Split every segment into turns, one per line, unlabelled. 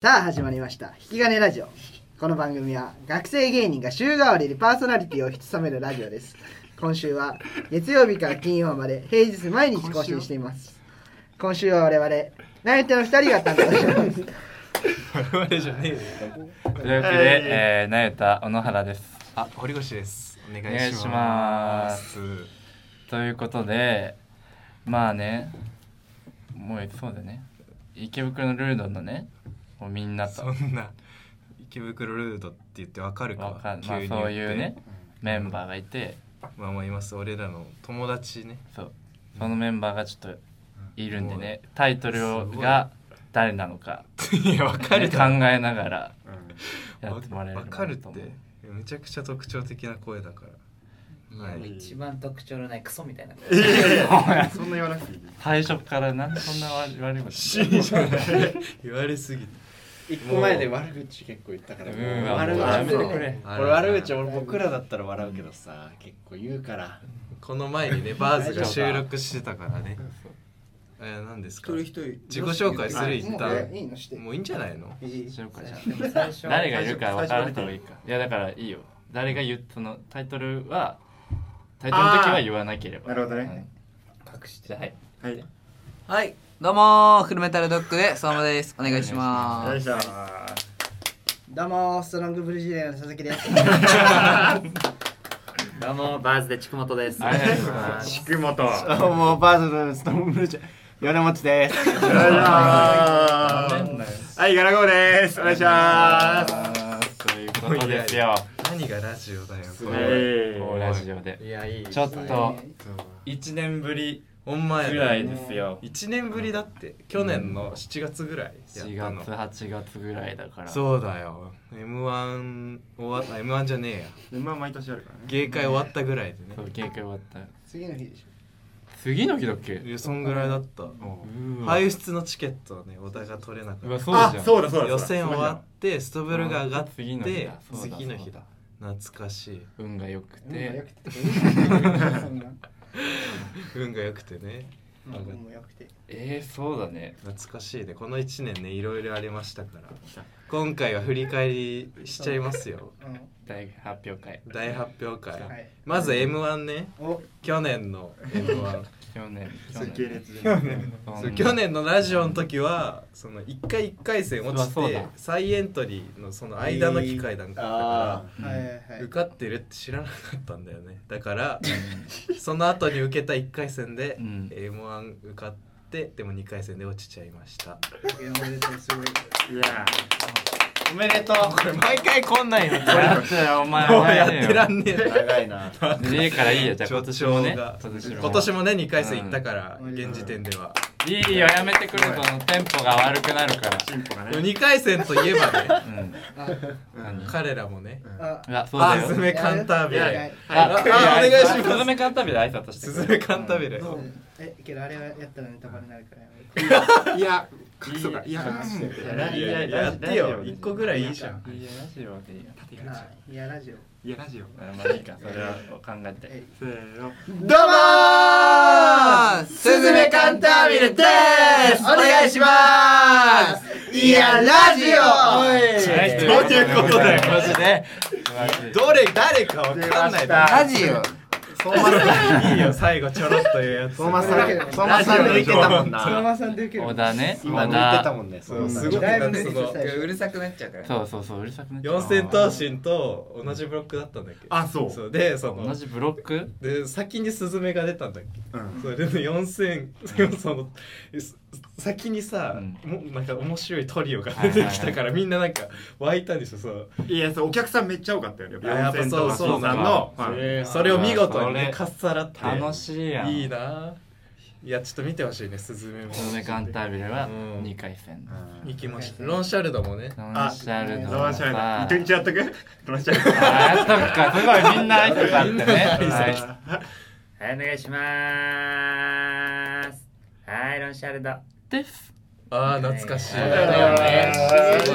さあ始まりました引き金ラジオこの番組は学生芸人が週替わりでパーソナリティを引き務めるラジオです今週は月曜日から金曜まで平日毎日更新しています今週は我々ナイトの2人が担当 しています
我々じゃねえよ。
というわけで、えー、なゆた小野原です。
あ、堀越です。お願
お願
い
いし
し
ま
ますす。
ということで、まあね、もうそうだね、池袋のルードのね、もうみんなと
そんな池袋ルードって言ってわかるか。
わかんまあそういうね。、メンバーがいて、
まあまあいます。俺らの友達 ね。
そうそのメンバーがちょっといるんでね、タイトルを
すごい
が誰なのか、
いやわ
ね
かる
考
だろ。
えながらや
わ
ってもらえれ ば
わ
な
かるっ
と
て
思う。
めちゃくちゃ特徴的な声だから。
い
は
や
い
もう一番特徴のないクソみたいな。
そんな言わなくていい。
最初からなんでそんな悪悪いこと
いいじゃない。言われすぎて。
一個前で悪口結構言ったから。
うん
もう
もう
悪口
やめて
も
くれ
俺悪口俺僕らだったら笑うけどさ、結構言うから。
この前にねバーズが収録してたからね。え何ですか。自己紹介する一
もうい
旦。
いのして
もういいんじゃないの。
しようかじゃあ
最初は
誰がいるか分からんた方がいいかいやだからいいよ誰が言うそのタイトルはタイトルの時は言わなければ
あーなるほどね
隠してはい
はい。
はい、どうもー、フルメタルドッグで相馬です。お願いしま
よい
す。
しょ。
どうもストロングブルージェリアの佐々木です
どうも、バーズでちくもとです。
ありがとうございま
ちくもと。よいしょ。
どうもバーズのストームブルージャー米持です。
はい、ガラゴーです。お願いします。
ということですよ
何がラジオだよ。これ
え
こうラジオで
いや、いい。
ちょっと1年ぶり
ほんまや
ぐらいですよ
1年ぶりだって去年の7月ぐらいやっ
4
たの、
月8月ぐらいだから
そうだよ m 1終わった m 1じゃねえや
まあ毎年あるからね。
芸会終わったぐらいで
そう
ね
結構終わった
次の日でし
次の日だっけ
いやそんぐらいだった
うわ
排出のチケットはねお互い取れなか
うわ
っ
そう
あ
じゃ、ん
そうだそう
た
だ。
予選終わってストブルが上がって
次の日だそうだ
次の日
そう
だ懐かしい
運が良く
ょでよ
て
くてそんな
運が良くてね
なんかもうよくて
えー、そうだね
懐かしいねこの1年ねいろいろありましたから今回は振り返りしちゃいますよ
うん
大発表会
大発表会、
はい
まず m 1ね
お
去年の m 1
去年去
系
年
列で。
そんな
そう去年のラジオの時はその1回1回戦落ち
そう
て
だ
再エントリーのその間の機会なんかだ
あ
か
はいはい
ら受かってるって知らなかったんだよねだから その後に受けた1回戦で
うん
m 1受かってでも2回戦で落ちちゃいました
いや俺たちすごい
あ。いや。
おめでとう
これ毎回こんなん やって
やったよお前
もうやってら
ん
んねえ
長いな。
いいからいいよじゃあ今年もね
今年も
今
今
年
年
も
もね2回戦行ったから
うん
現時点ではい
いよやめてくれそのテンポが悪くなるから
進歩がね。
2回戦といえばね
うん何
彼らもね
あ
あそう
あ
だ
スズ
よ
メカンタービ
はいは
レ
い
あ
ああお願いします
スズメカンタビで挨拶して
スズメカンタビレ
えけどあれはやったらネタバレになるからやめて
いや、隠 そうか。いや、隠
い
そう
や
か
ラジオ
いややってよ一個ぐらいいいじゃん
いやラジオでいいよ
いやラジオ
いや、ラジオ。
あまあいいかそれは考えて
せーの。
どうも
あー、すずめカンタービルでーすお願いしまーす
いやラジオ
はい
どういうことだよ
マジで
どれ誰かわかんないだ
ラジオ
相馬さんいいよ最後ちょろっと言うやつ
相馬さん、相馬
ラジオ
さん抜いてたもん
その
な。
まさんで受ける
小田ね
今
小
抜いてた
田
もんね。
そ
相
う
馬さん
すごい
だい
な
ぶ
ん
抜
か
いてた
その
最初
うるさくなっちゃうから。
そうそうそううるさくなっちゃ
四
う
千頭身と同じブロックだったんだっけ
あそう
そうでそ
同
の
じブロック
で先にスズメが出たんだっけ
うん
それで四千 そのす先にさ
うん
もなんか面白いトリオが出てきたからみんななんか湧いたんでしょそう
いや、そうお客さんめっちゃ多かったよね。
あやっぱ
四千
そう
頭
そう
身さんの。はい
それを見事に
そ
ね
れ
かっさらって
楽しいやん
いいないやちょっと見てほしいねスズメも
スズメカンタービレは
うん
2回戦
行きましたロンシャルドもね
ロンシャルド
どうしよう
さ
ね。一日やっとく。どうしよう。
あやっとくかすごいみんな挨拶あって ねは
はい、お願いしまーす。はい、ロンシャルド。
いです
ああ懐かしい
はいはい
す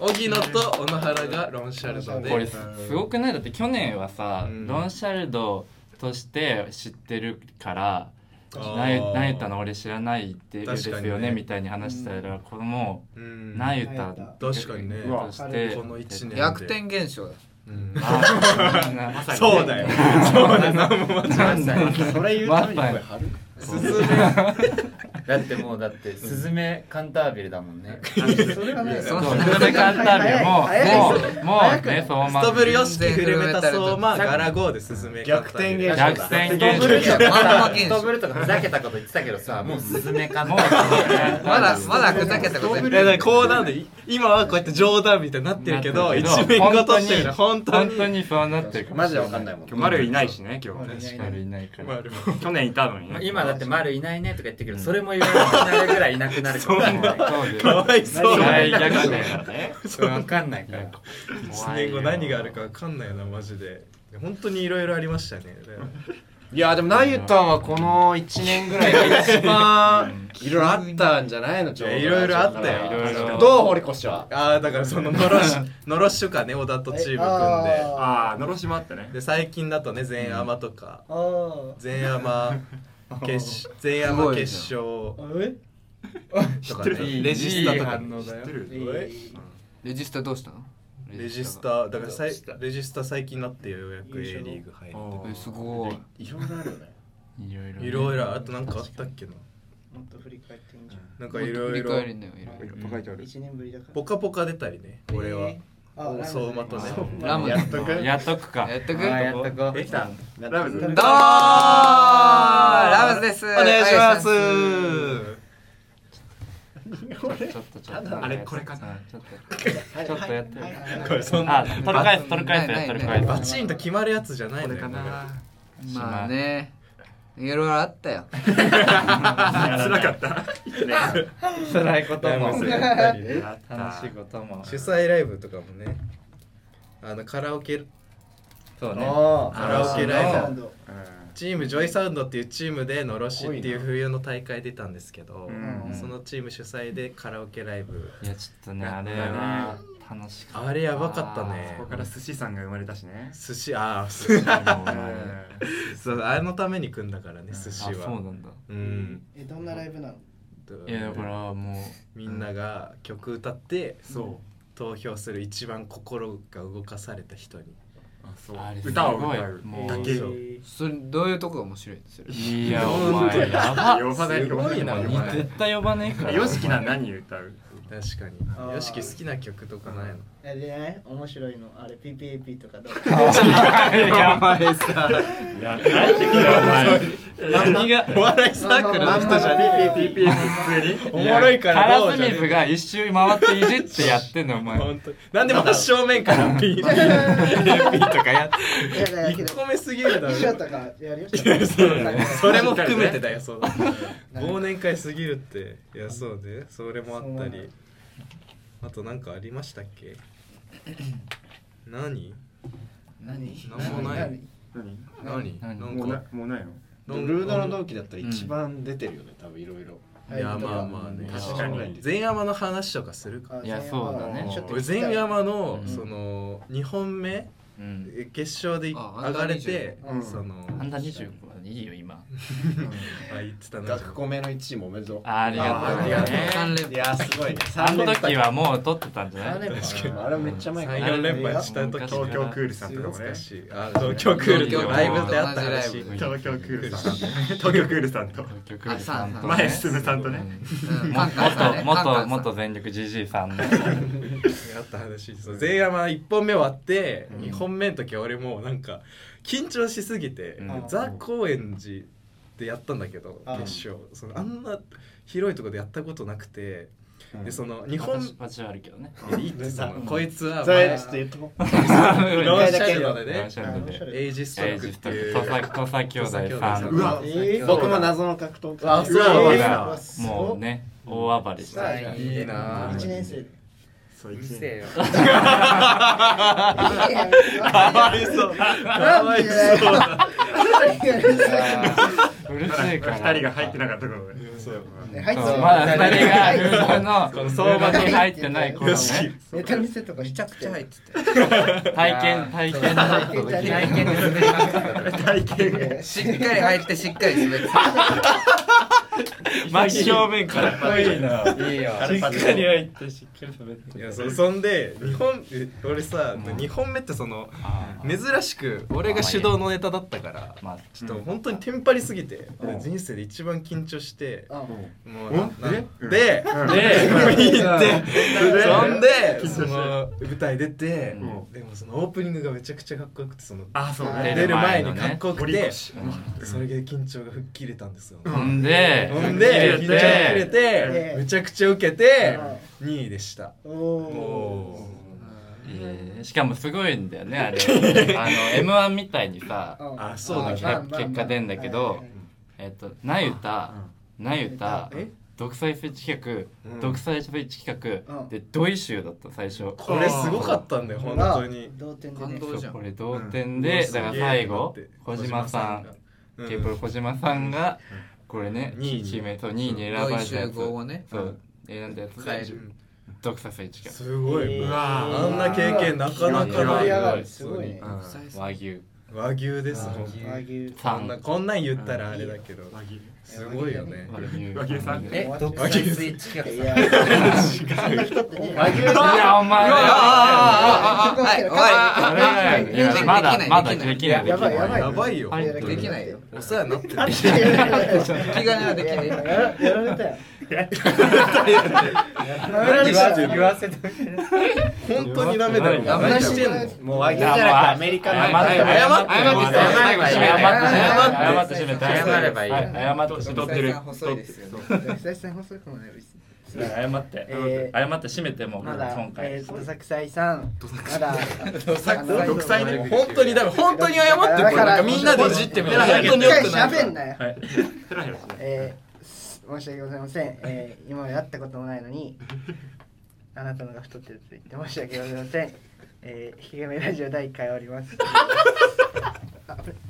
ごい荻野と小野原がロンシャルド
これ
です
ごくないだって去年はさ、
うん
ロンシャルドとして知ってるからな
あ
え
ー
なえたの俺知らないって言うんです
確か
よ
に
ね
ね
みたいに話したら子供
うん
なえた
確かにね
うわとして
この一年で
逆転現象だ
うん
あ
そうだよそうだよ
なんだよ
それ言うために声張る
すずめ
だってもうだってスズメカンタービレだもんね
それはない
そ
そうう
そ
そううスルメカンタービレも
早い
もうも
早
う
く
ねそう
ストブルヨシキフルメタソーマ
さっき
ガラゴーですずめ
逆転現象だ
逆転現象
まんま
ス
現
ト
象
ブルとかふざけたこと言ってたけどさもうスズメカンタ
も
ー
う
ビレ
まだまだふざけたことやって
い
る
やだからこうなんでい今はこうやって冗談みたいになってるけど
なってる
一
けど
面ごとしてるから本
本
当
当
に
にそうなってるかも
マ
し
ジ
れ
で
ない
わかんないもん
今日丸いないしね今日
確かにいないか
まあ
ら
でも
去年いたのにね
今だって丸いないねとか言ってるけどそれも言わなくなるぐらいいなくなるかもしれない
そうです
かわいそう
大逆
逆
転
転だね
分かんないから
1年後何があるか分かんないなマジで本当にいろいろありましたねだから
いやでもナユタンはこの1年ぐらいが一番いろいろあったんじゃないのちょうど
いやいろいろあったよ
いろいろ
どう堀越は
ああだからそののろしのろしとかね小田とチーム組んで
ああのろしもあったね
で最近だとね全アマとか
あー
全アマ決 勝全アマ決勝
え
とかねレジスタとかね
知ってる
レジスタどうしたの
レジスタだからさいレジスタ最近になってようやく A リーグ入る
えすごい
いろいろあるよね
いろいろ
いろいろあとなんかあったっけな
もっと振り返っていいんじゃん
なんかいろいろ
振り返るんだよいろいろ
1年ぶりだから
ポカポカ出たりね俺は
あー
相馬とね
ラム
やっとく
やっとくか
やっとく
あーやっとこう
えきた
ラブズ
どうもラムズです
お願いします
ちょっとちょっと
あれこれか
うんちょっとちょっとやって
これそんな
あ取り返す取り返すやっとり返
バ
す
チンと決まるやつじゃないのよ
まあねいろいろあったよ
辛かった
辛いことも
だから
楽しいことも
主催ライブとかもねあのカラオケ
そうね
あ
カラオケライブ
ブ
チームジョイサウンドっていうチームでのろしっていう冬の大会出たんですけど
うん
そのチーム主催でカラオケライブ
いやちょっとねあれは楽しかっ
あれやばかったね
そこから寿司さんが生まれたしね
寿司あー
たも う
そうあのために組んだからね寿司
あそう
は
なんだ
うん
えどんなライブなの
いやだからも
みんなが曲歌って
そ
投票する一番心が動かされた人に
うあそう
あれすごい
歌を歌う
もう
だけよ
それどういうとこが面白いんですよ
いやお前やば
呼ばない
すごいな
呼ばな
絶対呼ばねえ から
よしきな何歌う
確か
あ
に
ー
よしき好きな曲とかないの
えでね面白いのあれ PPAP とか どう
やばい
やないで
何が
お 笑いサークルの人じゃねえ
PPP 普通に
おもろいからどう
カ
じ
ラ
ゃ
ス水
ね
が一周回っていじってやってんのお
え
前
本当になんで真正面から p p とかやっ
いやだけ
1個目す ぎるだろ
ショーとかやるよ
それも含めてだよそう忘年会すぎるっていやそうねそれもあったりあとなんかありましたっけ何
何
なんもない何
何
なん
もうな
か
もうないの
ルーダの同期だったら一番出てるよね多分いろいろ
いやまあまあね
確かに
全山の話とかするか
あ
いやそうだね
ちょっと
俺
聞きたい
全山の
うん
その2本目
うん
決勝で
あ
上がれて
アンダー25
その
アンダー25はいいよ今
あ言ってたな
学校名の1位もおめでとう
ありがとう
ありが
ね
3連
いやすごいね
あ
3
の
連
時
覇
はもう取ってたんじゃない
あれめっちゃ前から
34連覇した時
東京
クールさんとかも
懐
ね
かしいあ東京クールっていうライブであった話
同じライブ
東京クールさん東京クールさんと
結局さんとね
前進さんとね
うんカンカンさんね
元元
カンカン
元全力 GG さんの
あった話 そう前山1本目終わって2本目の時は俺もうなんか緊張しすぎて
うん
ザ・高円寺でやったんだけど
あ
決勝そのあんな広いとこでやったことなくてでその日本
私私はあるけどね
いいってそのこいつは
それち
ま
ょっと言っとこう
あローンシャドウでね
シャドウで
エイジスト
エ
ッ
イ
クっ
ジス
て
トッ
い
ク
う
土佐土佐兄弟さん
うわ
えー
僕も謎の格闘家
あそう
そう
だ
だもうね大暴れした
はい
いいな
1年生
そう
うる
一
せえよ
年
かわいそう。かわいそう。
うる
た
せ
だ
えから
二人が入ってなかったことで
そう
入って
そう
た
まだ二人がルード
こ
の
の
相
相
場
場
に
に
入ってない頃
よ
ね
ネタ見せとかしちゃくちゃ
入
入
っ
って
体験体験だった時
体
体験ですね
体験が
て。
しっかり入ってしっかり滑って
真正面から
かっこいいない
いよ
しっかり入ってしっかり食べていやそそんで2本え俺さ
うん
2本目ってその
あー
珍しく俺が主導のネタだったから
まあ
ちょっと本当にテンパりすぎて俺人生で一番緊張してもうなな
う
で
んうん
で行って
うん
そんで
緊張して
その舞台出て
ん
でもそのオープニングがめちゃくちゃかっこよくてその
あそう
出
ね
出
る
る
前
前
の
に
ね
かっこよく
堀
て
越
それで緊張が吹っ切れたんですよ
うん
ほんで
ほんで
吹
緊張が
っ切れて
切れてめちゃくちゃ受けて2位でした
お
お
お。
えーしかもすごいんだよねあれ あの m 1みたいにさ
あそうだ
け結果出んだけどえっと「なゆた」「なゆた」
え
「独裁スイッチ企画」
うん
独裁スイッチ企
う
画」
ん
で「ドイシュー」だった最初
これすごかったんだよ本当に
同点で
感
ね。
動じゃん
これ同点で
うん
だから最後
すげえな
小島さん
うん
k p o p 小島さんがこれね
二位に
決めそう2位に選ばれたやつ
同意集合をね
そう選んだやつ
変え
が
る
独裁スイッチ企
すごい、
えー
うわあんな経験なかな
気が
か
盛
な
り
い
上がるすごいね。
画和牛
和牛です
和
も
牛
和牛。
こん
三
なこんなん言ったらあれだけど
和牛
すごいよね
和牛
和牛さん
え独
裁
裁
ス
ス
イ
イ
ッ
ッチ企
い
画
や、
和牛
いやお前あれいやまだまだできない
やばいやばい。
やばいよ
は
や
できないよ
お世話になってる
引き金はできない
やらやられたよ。
言わせて
本当にダメだよ
やばい
何してんの
もうワイ
いやもうあ謝って謝って締めて
謝って締めて謝ればいい
は謝って締めて
取ってる細いですよね
久々に細くもないです。
謝って、
え
謝って締めてもう
まだ
今、回、
えー、土作祭さん、まだ、
独裁ね
本当にダメ本当に謝ってこれなんかみんなでいじってみ
ペ
る
ラ
本
ヘラ
当に良く
一
な
回
い
喋んなよ。
はい
ヘラヘラしない
えー、す申し訳ございません。えー、今まで会ったこともないのに、あなたのが太ってると言って申し訳ございません。えー、ひげめラジオ第1回おります。あ